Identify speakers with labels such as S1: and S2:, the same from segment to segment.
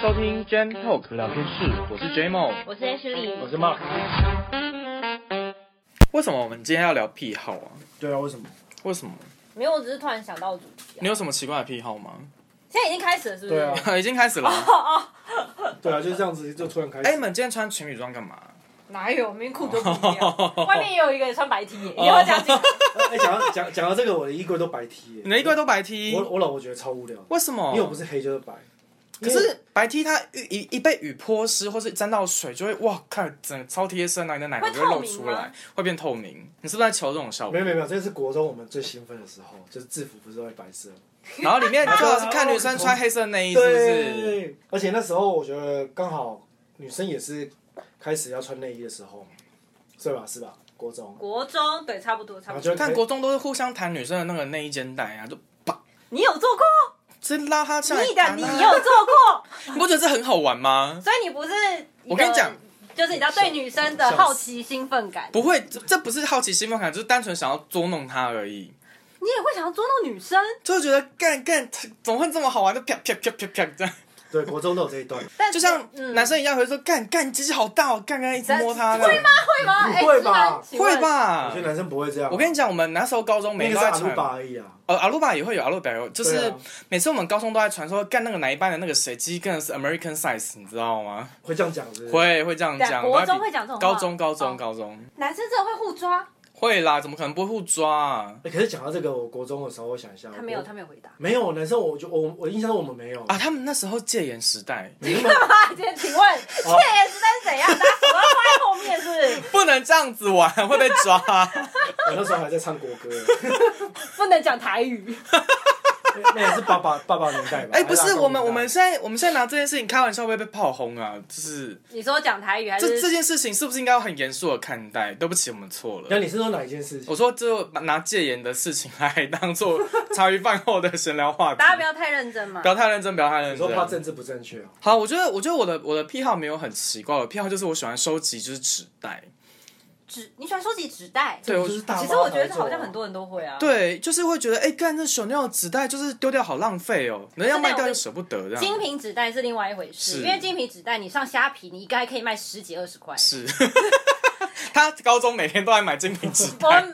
S1: 收听 Gen Talk 聊天室，我是 JMO，
S2: 嗯我是 H 李，
S3: 我是 Mark。
S1: 为什么我们今天要聊癖好啊？
S3: 对啊，为什么？
S1: 为什么？
S2: 没有，我只是突然想到主题、啊。
S1: 你有什么奇怪的癖好吗？
S2: 现在已经开始了，是不是？
S3: 对啊
S1: 已经开始了。
S3: 对啊，就是这样子，就突然开
S1: 哎、你
S3: 始。
S1: 们今天穿情侣装干嘛？
S2: 哪有？明明裤子都不一样，外面也有一个也穿白 T，耶你 要不要加进来？
S3: 哎，讲到讲讲到这个，我的衣柜都白 T
S1: 你
S3: 耶。
S1: 的衣柜都白 T，
S3: 我我老婆觉得超无聊的，
S1: 为什么？
S3: 因为我不是黑就是白。
S1: 哦可是白 T 它一一一被雨泼湿或是沾到水，就会哇，看整个超贴身啊，你的奶头就会露出
S2: 会透明
S1: 来
S2: 吗，
S1: 会变透明。你是不是在求这种效果？
S3: 没有没有没有，这是国中我们最兴奋的时候，就是制服不是都会白色。
S1: 然后里面就是看女生穿黑色内衣，是不是？
S3: 对，而且那时候我觉得刚好女生也是开始要穿内衣的时候嘛，是吧？是吧？国中。
S2: 国中对，差不多，差
S3: 然
S2: 不
S3: 后就
S2: 多
S3: 会。
S1: 看国中都是互相弹女生的那个内衣肩带啊，就啪，
S2: 你有做过？
S1: 直接拉她下来
S2: 你的
S1: 弹啊。
S2: 你有做过，
S1: 你不觉得这很好玩吗？
S2: 所以你不是一个
S1: 我跟你讲，
S2: 就是你知道对女生的好奇兴奋感，
S1: 不会，这这不是好奇心愤感，就是单纯想要捉弄她而已。
S2: 你也会想要捉弄女生，
S1: 就是觉得干干，怎么会这么好玩？就啪啪啪啪啪 这样，
S3: 对，国中都有这 一段。
S2: 但
S1: 就像
S2: 嗯
S1: 男生一样，会说干干，你鸡鸡好大哦，干干一直摸她。
S2: 会吗？？会吗？哎
S3: 会吧
S2: 直男请问
S1: 会吧
S3: 我觉？得男生不会这样。
S1: 我跟你讲，我们那时候高中
S3: 那
S1: 每
S3: 个
S1: 个都
S3: 是
S1: 在
S3: 阿鲁
S1: 传，
S3: 巴而已啊。
S1: 呃，阿鲁巴也会有阿鲁巴也有，就
S3: 对
S1: 是
S3: 啊
S1: 每次我们高中都在传说干那个哪一班的那个谁鸡跟的是 American size，你知道吗？
S3: 会这样讲是不是？哎
S1: 会会这样讲，
S2: 国中
S1: 我
S2: 会
S1: 还比
S2: 讲这种话
S1: 高中高中
S2: 哦
S1: 高中
S2: 男生真的会互抓？
S1: 会啦，怎么可能不会互抓啊？
S3: 欸可是讲到这个，我国中的时候，我想一下，
S2: 他没有，
S3: 我
S2: 他没有回答。
S3: 没有男生，我就我我印象中我们没有
S1: 啊，，他们那时候戒严时代，
S3: 你们
S2: 干嘛？啊今天请
S1: 哦
S2: 问谢爷是在怎样？打手要放在后面是不是？
S1: 不能这样子玩，会被抓。
S3: 我那时候还在唱国歌，
S2: 不能讲台语。
S3: 那那也是爸爸爸爸年代 吧？
S1: 哎、不
S3: 还
S1: 是
S3: 阿公
S1: 我们，我
S3: 年代
S1: 们现在我们现在拿这件事情开玩笑会被炮轰啊！就是
S2: 你说讲台语还
S1: 这
S2: 是
S1: 这件事情是不是应该要很严肃的看待？对不起，我们错
S3: 那
S1: 了。
S3: 你是说哪一件事情
S1: 我？说就拿戒严的事情来当做茶余饭后的闲聊话题，
S2: 大家不要太认真嘛
S1: 不。要太认真，不要太认
S3: 你说怕
S1: 真。
S3: 政治不正确啊？
S1: 好，我觉得我觉得我的我的癖好没有很奇怪，我的癖好就是我喜欢收集就是纸袋，
S2: 纸，你喜欢收集纸袋？
S1: 对我
S3: 就是大妈
S2: 其实我觉得
S3: 才
S2: 这
S3: 做啊
S2: 好像很多人都会啊。，
S1: 对，就是会觉得哎，干、那手那种纸袋就是丢掉好浪费哦，人要卖掉又舍不得这
S2: 精
S1: 样。
S2: 品纸袋是另外一回
S1: 是
S2: 事，因为精品纸袋你上虾皮，你一个还可以卖十几二十块。
S1: 是， 他高中每天都在买精品纸
S2: 我
S1: 袋。
S2: 有吗？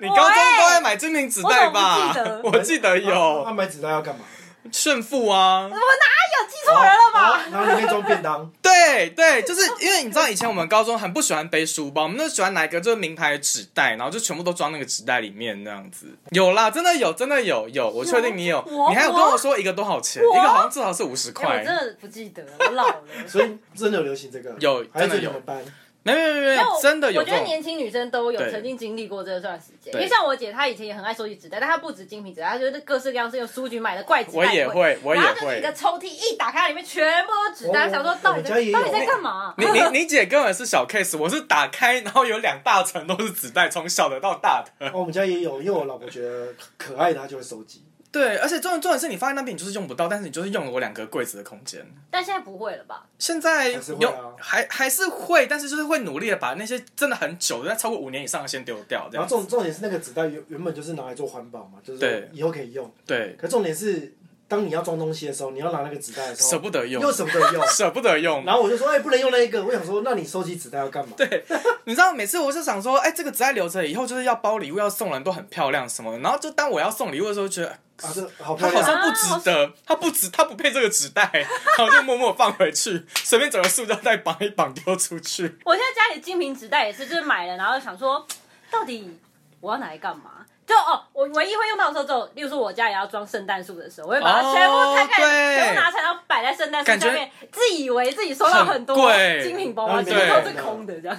S1: 你高中
S2: 喂
S1: 都在买精品纸袋吧
S2: 我怎么？不记
S1: 我记得
S3: 那
S1: 有
S3: 买纸袋要干嘛？
S1: 炫富啊，
S2: 我哪有记错人了
S1: 哦
S2: 吧？
S3: 哦然后里面装便当，
S1: 对对，就是因为你知道以前我们高中很不喜欢背书包，我们都喜欢拿一个就是名牌的纸袋，然后就全部都装那个纸袋里面那样子。有啦，真的有，真的有有，我确定你有
S2: 我，
S1: 你还有跟我说一个多少钱，
S2: 我
S1: 一个好像至少是五十
S2: 哎我
S1: 块
S2: 真。的不记得，我老了。
S3: 所以真的有流行这个？
S1: 有
S3: 还
S1: 真的
S3: 是
S1: 有
S3: 你们班？
S1: 没没没没
S2: 但我，
S1: 真的有
S2: 我
S1: 这
S2: 觉得
S1: 种。
S2: 年轻女生都有
S1: 对
S2: 曾经经历过这段时间，因
S1: 对
S2: 为像我姐，她以前也很爱收集纸袋，但她不止精品纸袋，她就是各式各样是用书局买的怪纸袋。
S1: 我也会，我也
S2: 然后就是
S1: 会
S2: 一个。抽屉一打开，里面全部都是纸袋，
S3: 我
S2: 想说到底
S3: 哦我家
S2: 在
S3: 也有
S2: 到底在干嘛？
S1: 你你你姐根本是小 case，我是打开，然后有两大层都是纸袋，从小的到大的。
S3: 哦，我们家也有，因为我老婆觉得可爱的，她就会收集。
S1: 对，而且重点重点是你放在那边，你就是用不到，但是你就是用了我两个柜子的空间。
S2: 但现在不会了吧？
S1: 现在
S3: 还是会
S1: 有
S3: 啊
S1: 还还是会，但是就是会努力的把那些真的很久的，那超过五年以上的先丢掉，这样
S3: 然后重重点是那个纸袋原原本就是拿来做环保嘛，就是
S1: 对
S3: 说以后可以用。
S1: 对，
S3: 可重点是，当你要装东西的时候，你要拿那个纸袋的时候，
S1: 舍不得用
S3: 又，舍不得用。
S1: 舍不得用。
S3: 然后我就说，哎、不能用那一个。我想说，那你收集纸袋要干嘛？
S1: 对，你知道每次我就想说，哎、这个纸袋留着以后就是要包礼物要送人都很漂亮什么的，然后就当我要送礼物的时候，觉得
S3: 啊，这好
S1: 它好
S3: 漂亮。
S1: 像不值得，它不值，它不配这个纸袋，然后就默默放回去，随便找个塑胶袋绑一绑丢出去。
S2: 我现在家里精品纸袋也是，就是买了，然后想说，到底我要拿来干嘛？就哦，我唯一会用到的时候，就例如说我家也要装圣诞树的时候，我会把它全部拆开，
S1: 哦对
S2: 全部拿出来，然后摆在圣诞树
S1: 感觉
S2: 下面，自以为自己收到很多
S1: 很贵
S2: 精品包包，
S3: 然
S2: 结
S1: 后你
S2: 果
S1: 就
S2: 都是空的这样。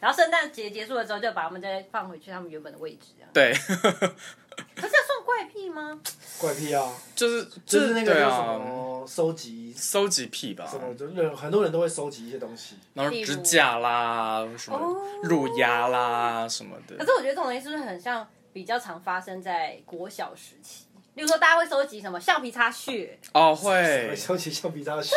S2: 然后圣诞节结束了之后，就把它们再放回去他们原本的位置这样。
S1: 对，
S2: 可是这算怪癖吗？
S3: 怪癖啊，
S1: 就是
S3: 就是那个
S1: 对
S3: 叫什
S1: 啊，
S3: 么收集
S1: 收集癖吧，
S3: 什么，就是很多人都会收集一些东西。
S1: 然后指甲啦，什
S2: 哦
S1: 么乳牙啦什么的
S2: 可。是我觉得这种东西是不是很像比较常发生在国小时期？例如说大家会收集什么橡皮擦屑，
S1: 哦，会
S3: 收起橡皮擦屑，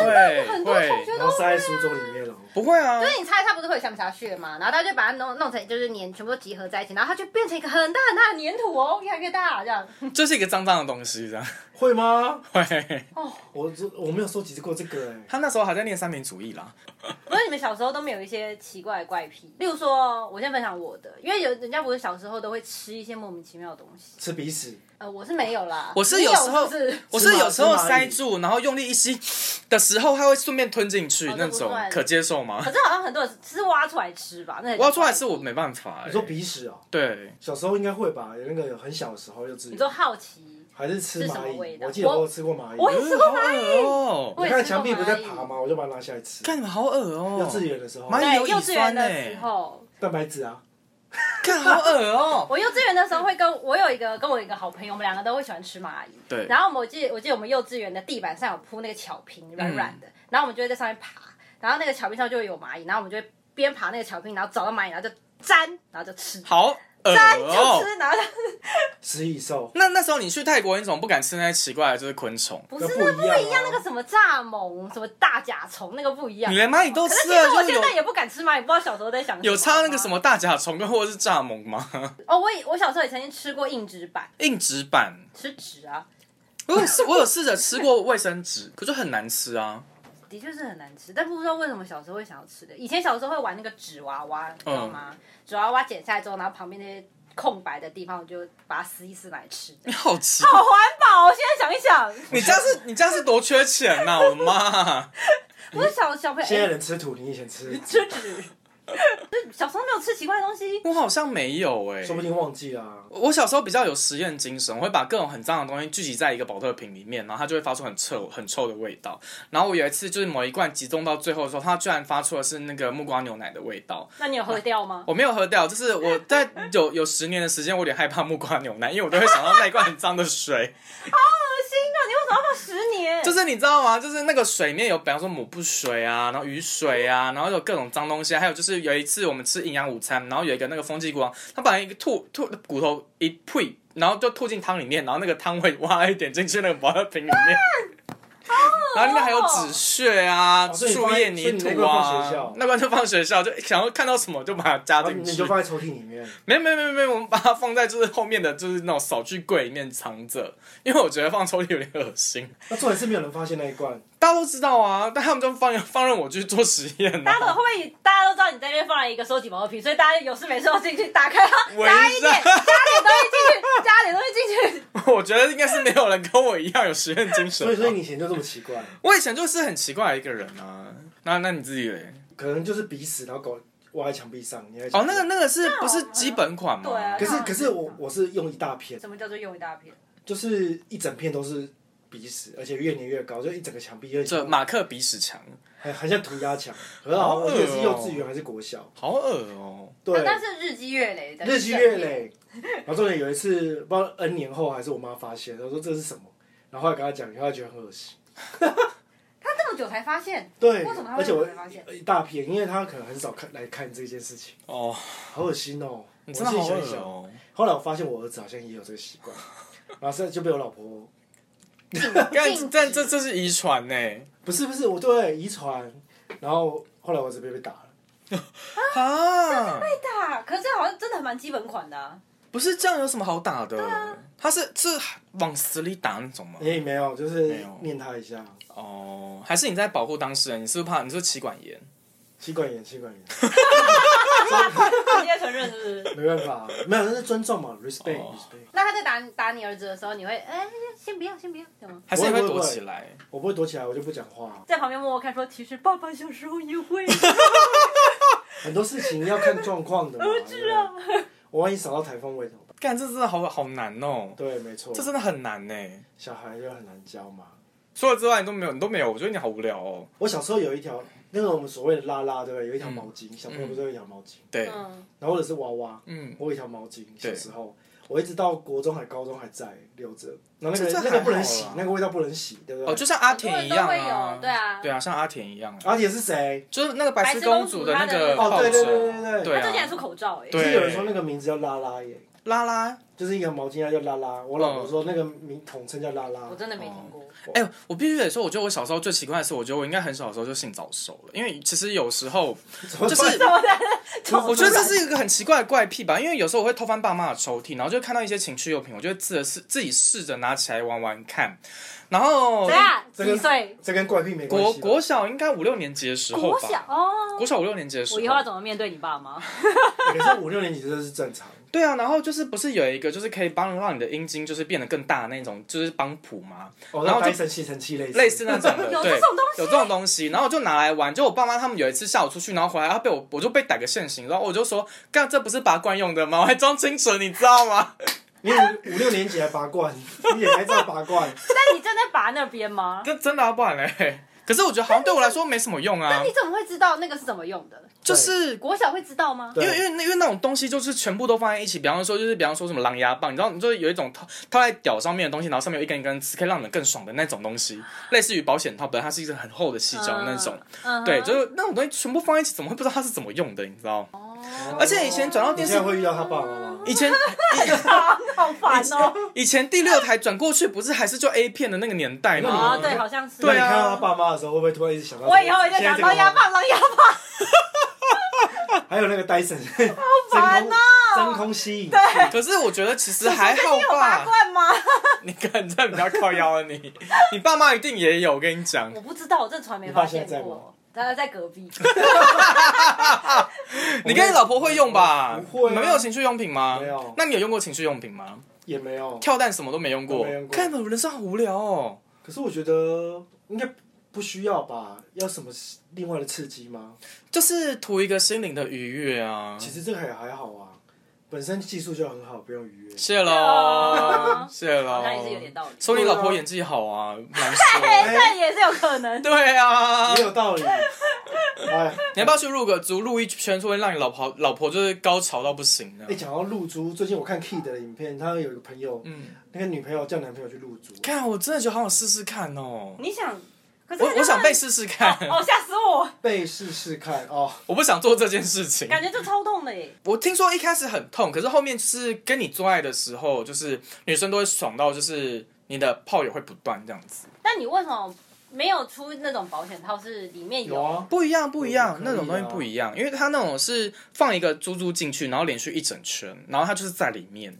S1: 会
S2: 很多同
S1: 会，
S2: 学
S3: 然
S2: 都
S3: 后塞在书桌里面了。
S1: 不会啊
S2: 就？是你擦一擦不是会有橡皮擦屑嘛，然后大家就把它弄弄成就是粘全部都集合在一起，然后它就变成一个很大很大的粘土哦，越来越大这 样。
S1: 这是一个脏脏的东西，这样。
S3: 会吗？
S1: 会，
S2: 哦，
S3: 我这我没有收集过这个哎、
S1: 他那时候还在念三民主义啦。
S2: 不是你们小时候都没有一些奇怪的怪癖，例如说，我先分享我的，因为有人家不是小时候都会吃一些莫名其妙的东西，
S3: 吃鼻屎，
S2: 呃，我是没有啦，
S1: 我是
S2: 你
S1: 有
S2: 有
S1: 时候
S2: 是不是
S1: 我是有时候塞住，然后用力一吸的时候，它会顺便吞进去
S2: 哦，
S1: 那
S2: 这不
S1: 种
S2: 算
S1: 可接受吗
S2: 可？是好像很多人是挖出来吃吧，那
S1: 我要出来吃，我没办
S2: 哎
S1: 法、欸。
S3: 你说鼻屎哦、
S1: 对，
S3: 小时候应该会吧？有那个很小的时候就吃
S2: 你，说好奇，
S3: 还是吃
S2: 是什么
S3: 蚂
S2: 味
S3: 蚁？
S2: 道
S3: 我记得我有吃过蚂蚁。嗯
S2: 我也吃过
S1: 好恶哦！
S2: 我
S3: 你
S2: 也
S3: 看
S2: 吃过
S3: 墙壁不是在
S2: 蚂蚁
S3: 爬吗？我就把它拿下来吃。
S1: 看你们好恶哦！
S3: 幼稚园的时候，
S1: 蚂蚁
S2: 对，
S1: 有
S2: 幼
S1: 乙
S2: 稚园
S1: 酸
S2: 的
S1: 欸
S2: 时候，
S3: 蛋白质啊，
S1: 看好恶哦！
S2: 我幼稚园的时候会跟我有一个跟我一个好朋友，我们两个都会喜欢吃蚂蚁。
S1: 对
S2: 然后我们我记得我记得我们幼稚园的地板上有铺那个巧拼，软软
S1: 嗯
S2: 的，然后我们就会在上面爬，然后那个巧拼上就会有蚂蚁，然后我们就会边爬那个巧拼，然后找到蚂蚁，然后就粘，然后就吃，
S1: 好恶
S2: 粘就
S1: 哦！
S2: 吃，然后就
S3: 食蚁兽，
S1: 那那时候你去泰国，你怎么不敢吃那些奇怪的，就是昆虫？
S2: 不是
S3: 那不
S2: 那
S3: 一
S2: 不
S3: 样啊
S2: 一样，那个什么蚱蜢，什么大甲虫，那个不一样
S1: 你。连蚂蚁都
S2: 可是
S1: 吃
S2: 其实
S1: 了，就
S2: 我
S1: 是
S2: 现
S1: 有
S2: 在也不敢吃蚂蚁，不知道小时候在想什么
S1: 有差那个
S2: 好
S1: 什
S2: 吗
S1: 么大甲虫跟或者是蚱蜢吗？
S2: 哦，我也我小时候也曾经吃过硬纸板，
S1: 硬纸板，
S2: 吃纸啊，
S1: 我有试我有试着吃过卫生纸，可就很难吃啊。
S2: 的确是很难吃，但不知道为什么小时候会想要吃的。以前小时候会玩那个纸娃娃，你知道吗？纸娃娃剪下来之后，然后旁边那些空白的地方，我就把它撕一撕来吃。
S1: 你好奇，
S2: 好环保、哦，现在想一想，
S1: 你家是你家是多缺钱啊 呐、我的妈！
S2: 我是小小朋友
S3: 现在
S2: 哎
S3: 人吃土，你以前吃，
S2: 吃纸，就小时候没有吃奇怪的东西。
S1: 我好像没有哎、
S3: 说不定忘记啦、啊
S1: 我小时候比较有实验精神，我会把各种很脏的东西聚集在一个保特瓶里面，然后它就会发出很臭、很臭的味道。然后我有一次就是某一罐集中到最后的时候，它居然发出的是那个木瓜牛奶的味道。
S2: 那你有喝掉吗？
S1: 我没有喝掉，就是我在有有十年的时间，我有点害怕木瓜牛奶，因为我都会想到那一罐很脏的水。
S2: 那你为什么要放十年？
S1: 就是你知道吗？就是那个水里面有，比方说抹布水啊，然后雨水啊，然后有各种脏东西啊、还有就是有一次我们吃营养午餐，然后有一个那个风纪股王，他把一个兔兔的骨头一呸，然后就吐进汤里面，然后那个汤会哇一点进去那个保乐瓶里面。 然后里面还有纸屑啊、
S3: 哦所以你
S1: 树
S3: 放在
S1: 叶泥
S3: 所以你
S1: 土
S3: 那罐放
S1: 啊
S3: 学校，
S1: 那罐就放学校，就想要看到什么就把它加
S3: 然后
S1: 进
S3: 你
S1: 去。
S3: 就放在抽屉里面。
S1: 没有没有没有没有，我们把它放在就是后面的就是那种扫具柜里面藏着，因为我觉得放抽屉有点恶心。
S3: 那重点是没有人发现那一罐，
S1: 大家都知道啊，但他们就放 放任我去做实验、
S2: 大家都会
S1: 啊，
S2: 不会？大家都知道你在那边放了一个收集毛豆瓶，所以大家有事没事都进去打开，
S1: 围
S2: 加一点，加点东西进去，加点东西进去。
S1: 我觉得应该是没有人跟我一样有实验精神
S3: 所
S1: 吧。
S3: 以所以你以前就这么奇怪，
S1: 我以前就是很奇怪的一个人啊。那那你自己嘞？
S3: 可能就是鼻屎，然后搞挖在墙壁上。你还
S1: 哦，那个那个是不是基本款吗？
S2: 对啊
S3: 可是可是我我是用一大片，
S2: 什么叫做用一大片？
S3: 就是一整片都是鼻屎，而且越粘越高，就一整个墙壁越
S1: 这马克鼻屎墙，
S3: 很很像涂鸦墙，很好，
S1: 好恶哦
S3: 而且是幼稚园还是国小，
S1: 好恶哦、
S3: 对，
S2: 啊但是日积月累的，
S3: 日积月。累。然后重点有一次，不知道 N 年后还是我妈发现，她说这是什么，然后后来跟她讲，她觉得很恶心。
S2: 他这么久才发现，
S3: 对，
S2: 为什么她
S3: 而
S2: 会
S3: 且
S2: 这么
S3: 我呃
S2: 久才发现？
S3: 一大片，因为她可能很少看来看这件事情，
S1: 哦，
S3: 好恶心哦！我
S1: 你
S3: 自
S1: 真的
S3: 己
S1: 好
S3: 想一
S1: 恶
S3: 想，
S1: 哦、
S3: 后来我发现我儿子好像也有这个习惯， 然后现在就被我老婆
S1: 但
S2: 禁止
S1: 但这这是遗传呢
S3: 不是不是，我对遗传，然后后来我儿子被被打了，
S1: 啊！
S2: 大，可是好像真的还蛮基本款的、 啊。
S1: 不是这样有什么好打的？他是是往死里打那种吗？
S3: 哎、没有，就是
S1: 没有
S3: 念他一下，
S1: 哦，还是你在保护当事人？你是不是怕？你是不是妻管严？
S3: 妻管严，妻管严，
S2: 直接承认是不是？
S3: 没办法，没有，那是尊重嘛，respect，respect。
S1: 哦
S2: 那他在打打你儿子的时候，你会哎、先不要，先不要，懂吗？
S1: 还是你会躲起来？
S3: 我不会躲起来，我就不讲话。
S2: 在旁边默默看说，其实爸爸小时候也会，
S3: 很多事情要看状况 的嘛。
S2: 我知道
S3: 对不对。我万一扫到台风尾怎么办？
S1: 干，这真的好好难哦，
S3: 对，没错，
S1: 这真的很难呢。
S3: 小孩就很难教嘛。
S1: 除了之外，你都没有，你都没有，我觉得你好无聊哦。
S3: 我小时候有一条那个我们所谓的拉拉，对不对？有一条毛
S1: 嗯
S3: 巾，小朋友不是有一条毛巾，
S1: 对，
S2: 嗯，
S3: 然后或者是娃娃，
S1: 嗯，
S3: 我有一条毛巾，
S1: 对
S3: 小时候。我一直到国中还高中还在留着，然后那个
S1: 这这还
S3: 那个不能洗
S1: 好啊，
S3: 那个味道不能洗，对不对？
S1: 哦，就像阿田一样
S2: 很多人都会
S1: 啊，
S2: 有对啊
S1: 对啊，像阿田一样啊，
S3: 而且是谁？
S1: 就是那个白雪公主的那
S2: 白雪
S1: 个
S2: 公主她
S1: 抱
S2: 的
S1: 枕，
S3: 哦对对对对对
S2: 他之前还
S1: 啊，
S2: 出口罩哎、
S1: 对
S3: 是有人说那个名字叫拉拉耶，
S1: 拉拉，
S3: 就是一个毛巾啊，叫拉拉。我老婆说那个名统称叫拉拉
S2: 我，真的没听过。
S1: 哎、我必须得说，我觉得我小时候最奇怪的是，我觉得我应该很小的时候就性早熟了，因为其实有时候就是我我觉得这是一个很奇怪的怪癖吧，因为有时候我会偷翻爸妈的抽屉，然后就看到一些情趣用品，我就会自试自己试着拿起来玩玩看。然后
S2: 怎样？
S3: 这个
S2: 几岁？
S3: 这跟怪癖没关
S1: 国
S3: 系吧。
S1: 国小应该五六年级的时候
S2: 国
S1: 吧，
S2: 小哦。
S1: 国小五六年级的时
S4: 我以后要
S1: 候，
S4: 怎么面对你爸 妈？
S3: 可是五六年级这是正常，
S1: 对啊，然后就是不是有一个就是可以帮让你的阴茎就是变得更大的那种，就是帮谱吗？
S3: 哦，
S1: 然后
S3: 那
S1: 就
S3: 白神吸尘器类似
S1: 类似那种的，
S2: 有这
S1: 对
S2: 种东西
S1: 有这种东西，然后我就拿来玩。就我爸妈他们有一次下午出去，然后回来，他被我我就被逮个现行，然后我就说，干这不是拔罐用的吗？我还装清纯，你知道吗？
S3: 你五五六年级还拔罐，你也还知道拔罐？
S4: 但你站在拔那边吗？
S1: 这真的、啊、不然嘞。 可是我觉得好像对我来说没什么用啊
S2: 那，你怎么会知道那个是怎么用的？
S1: 就是
S2: 国小会知道吗？
S1: 因为
S3: 对
S1: 因为那因为那种东西就是全部都放在一起，比方说就是比方说什么狼牙棒，你知道，你就是有一种套套在屌上面的东西，然后上面有一根一根刺，可以让你更爽的那种东西，类似于保险套，本来它是一个很厚的细胶那种，
S2: 啊
S4: 嗯哼
S1: 对，就是那种东西全部放在一起，怎么会不知道它是怎么用的？你知道？
S3: 哦
S1: 而且以前转到
S3: 你
S1: 电
S3: 现
S1: 视
S3: 在会遇到他爸爸吗？
S1: 以前
S2: 嗯
S4: 好烦哦。
S1: 以前第六台转过去，不是还是就 A 片的那个年代
S4: 啊，
S2: 哦
S1: 吗？
S4: 对，好像是。
S1: 对
S3: 那
S1: 啊
S3: 你看到他爸妈的时候，会不会突然一直想到？
S4: 我以后一定要讲狼牙。棒，狼牙棒。
S3: 还有那个戴森，好
S4: 烦哦
S3: 真空吸引器，
S1: 可是我觉得其实还好
S4: 有拔
S1: 吧。
S4: 罐吗？
S1: 你看，你这比较靠腰啊你，你爸妈一定也有。我跟你讲
S2: 我，不知道，我真的从来没
S3: 你
S2: 发
S3: 爸现
S2: 现
S3: 在在吗
S2: 过。他在隔壁，
S1: 你跟你老婆会用吧？
S3: 不会啊
S1: 你们没有情趣用品吗？
S3: 没有
S1: 那你有用过情趣用品吗？
S3: 也没有。
S1: 跳蛋什么都没用过
S3: 都没用。过
S1: 看你们人生好无聊哦。
S3: 可是我觉得应该不需要吧？要什么另外的刺激吗？
S1: 就是图一个心灵的愉悦啊。
S3: 其实这个也还好啊，本身技术就很好，不用愉悦。
S1: 谢 喽，谢
S4: 好
S1: 喽。
S4: 像也是有点道理。
S1: 说你老婆演技好啊，难 说。
S4: 哎，这也是有可能。
S1: 对啊，
S3: 也有道理。哎，
S1: 你要不要去入个足入一圈，说会让你老婆老婆就是高潮到不行的
S3: 哎，？讲到露珠，最近我看 Key 的影片，他有一个朋友，
S1: 嗯，
S3: 那个女朋友叫男朋友去露珠，
S1: 看我真的觉得好想试试看哦，
S4: 你想，可是
S1: 我我想被试试看，
S4: 哦，吓死我！
S3: 被试试看哦。
S1: 我不想做这件事情。
S4: 感觉就超痛的耶。
S1: 我听说一开始很痛，可是后面就是跟你做爱的时候，就是女生都会爽到，就是你的泡也会不断这样子，
S2: 但你为什么没有出那种保险套？是里面
S3: 有啊，
S1: 不一样不一样
S3: 可，以啊
S1: 那种东西不一样，因为它那种是放一个珠珠进去，然后连续一整圈，然后它就是在里面。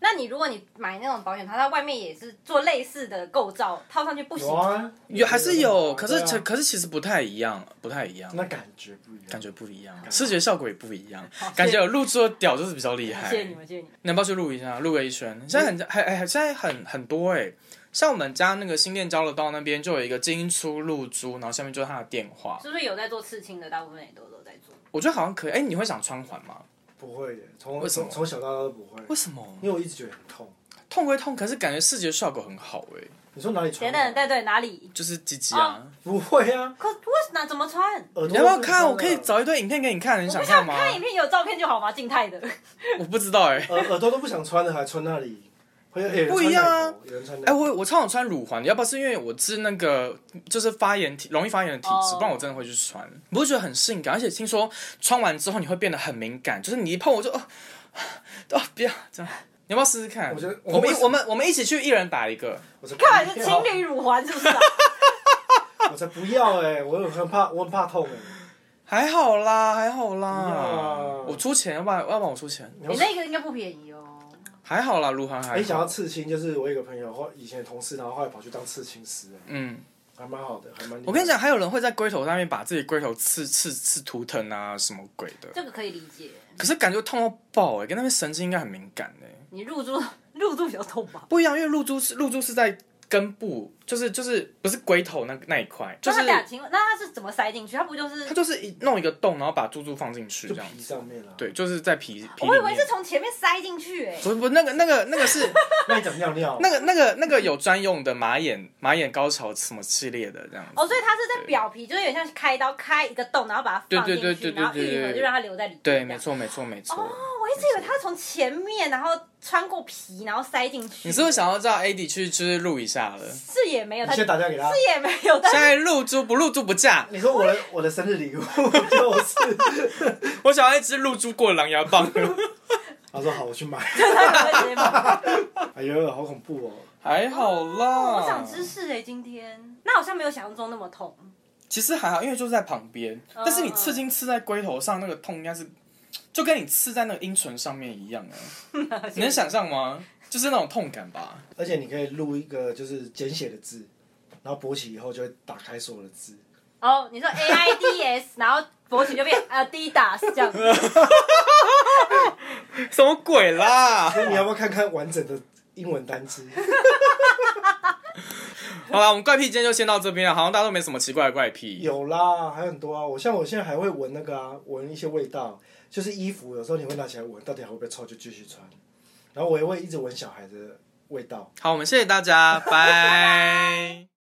S2: 那你如果你买那种保险套，它外面也是做类似的构造，套上去不行
S3: 有。啊，
S1: 有还是有，可是、
S3: 对啊
S1: 可是其实不太一样，不太一样。
S3: 那感觉不一样，
S1: 感觉不一样，视觉效果也不一样，
S4: 谢
S1: 感觉有露出的屌就是比较厉害。
S4: 谢谢你们，谢谢你们。
S1: 你要不要去录一下？录个一圈。现在很还还还现在很很多哎、像我们家那个新店交流道那边就有一个精英出露珠，然后下面就是他的电话。
S2: 是不是有在做刺青的？大部分也都都在做。
S1: 我觉得好像可以。哎、你会想穿环吗？
S3: 不会耶，从
S1: 为什么
S3: 从从小到大都不会，
S1: 为什么？
S3: 因为我一直觉得很痛。
S1: 痛归痛，可是感觉视觉效果很好哎、
S3: 你说哪里传
S2: 等
S3: 的？
S2: 嗯等，对对，哪里？
S1: 就是鸡鸡啊。
S3: 不会啊，
S2: 可为什么怎么穿？
S3: 耳朵
S4: 哦
S1: 你要不要
S3: 都是
S1: 看？
S3: 穿啊
S1: 我可以
S3: 的
S1: 找一堆影片给你看，呃你
S4: 我不
S1: 看
S4: 想
S1: 吗？
S4: 看影片，有照片就好吗？静 态的。
S1: 我不知道哎、
S3: 耳呃耳朵都不想穿的，还穿那里，会有有人
S1: 不一样啊
S3: 穿奶头有人穿
S1: 哎、
S3: 奶头
S1: 我我超想穿乳环，要不是因为我是那个就是发炎体容易发炎的体质，
S4: 哦
S1: 不然我真的会去穿。你不会觉得很性感？而且听说穿完之后你会变得很敏感，就是你一碰我就哦哦不要这样，你要不要试试看？
S3: 我觉得
S1: 我们一
S3: 我
S1: 我们我们一起去一人打一个，
S3: 我才
S4: 看来是
S3: 不要
S4: 情，侣乳环是不是啊？
S3: 我才不要哎，我很怕，我很怕痛哎。
S1: 还好啦，还好
S3: 不要
S1: 啦
S3: 啊，
S1: 我出钱，要不然 要不然我出钱，
S2: 你那个应该不便宜哦。
S1: 还好啦，乳环还
S3: 你哎想要
S1: 好。
S3: 刺青，就是我有一个朋友，或以前的同事，然后后来跑去当刺青师，哎
S1: 嗯，
S3: 还蛮好的，还蛮。
S1: 我跟你，讲，还有人会在龟头上面把自己龟头刺刺刺图腾啊，什么鬼的。
S2: 这个可以理解，
S1: 可是感觉痛到爆哎、跟那边神经应该很敏感哎、
S2: 你入住
S4: 入住比较痛吧？
S1: 不一样，因为露珠是露珠是在根部，就是就是不是龟头那那一块，就是
S2: 那他俩请问，那他是怎么塞进去？他不就是
S1: 它？就是一弄一个洞，然后把珠珠放进去
S3: 就
S1: 这样
S3: 皮
S1: 子。
S3: 上面了。，
S1: 对，就是在皮皮
S2: 我以
S1: 里
S2: 为
S1: 面
S2: 是。从前面塞进去哎、
S1: 不不，那个那个那个是
S3: 那你讲尿尿，
S1: 那个那个那个有专用的马眼马眼高潮什么系列的这样子。
S2: 哦，所以它是在表皮，就是有点像开刀开一个洞，然后把它放进去，
S1: 对对对对对
S2: 然后愈
S1: 对对
S2: 合，
S1: 对
S2: 就让它留在里面。哦
S1: 对，没。错没错没错。
S2: 我一直以为它是从前面，然后穿过皮，然后塞进去。
S1: 你是不是想要叫 AD 去就是录一下了？
S2: 是也没有，
S3: 你
S2: 它是
S3: 先打电话给他。
S2: 也没有，但
S1: 现
S2: 是
S1: 在露珠不露珠不嫁，
S3: 你说我的我 的生日礼物就是
S1: 我想要一只露珠过的狼牙棒。
S3: 他说好，我 去买。
S4: 在直接买。
S3: 哎呦，好恐怖哦！
S1: 还好啦。
S2: 哦
S4: 我长知识哎、今天
S2: 欸那好像没有想象中那么痛，
S1: 其实还好，因为就是在旁边，但是你刺青刺在龟头上，那个痛应该是就跟你刺在那个阴唇上面一样哎、你能想象吗？就是那种痛感吧。
S3: 而且你可以录一个就是简写的字，然后勃起以后就会打开所有的字。
S2: 哦，你说 A I D S，然后勃起就变 Adidas 这样子，
S1: 什么鬼 啦？
S3: 那你要不要看看完整的英文单词？
S1: 好啦，我们怪癖今天就先到这边啊了，好像大家都没什么奇怪的怪癖。
S3: 有啦，还有很多啊。我像我现在还会闻那个啊，闻一些味道，就是衣服有时候你会拿起来闻，到底还会不会臭就继续穿。然后我也会一直闻小孩的味道。
S1: 好，我们谢谢大家，拜。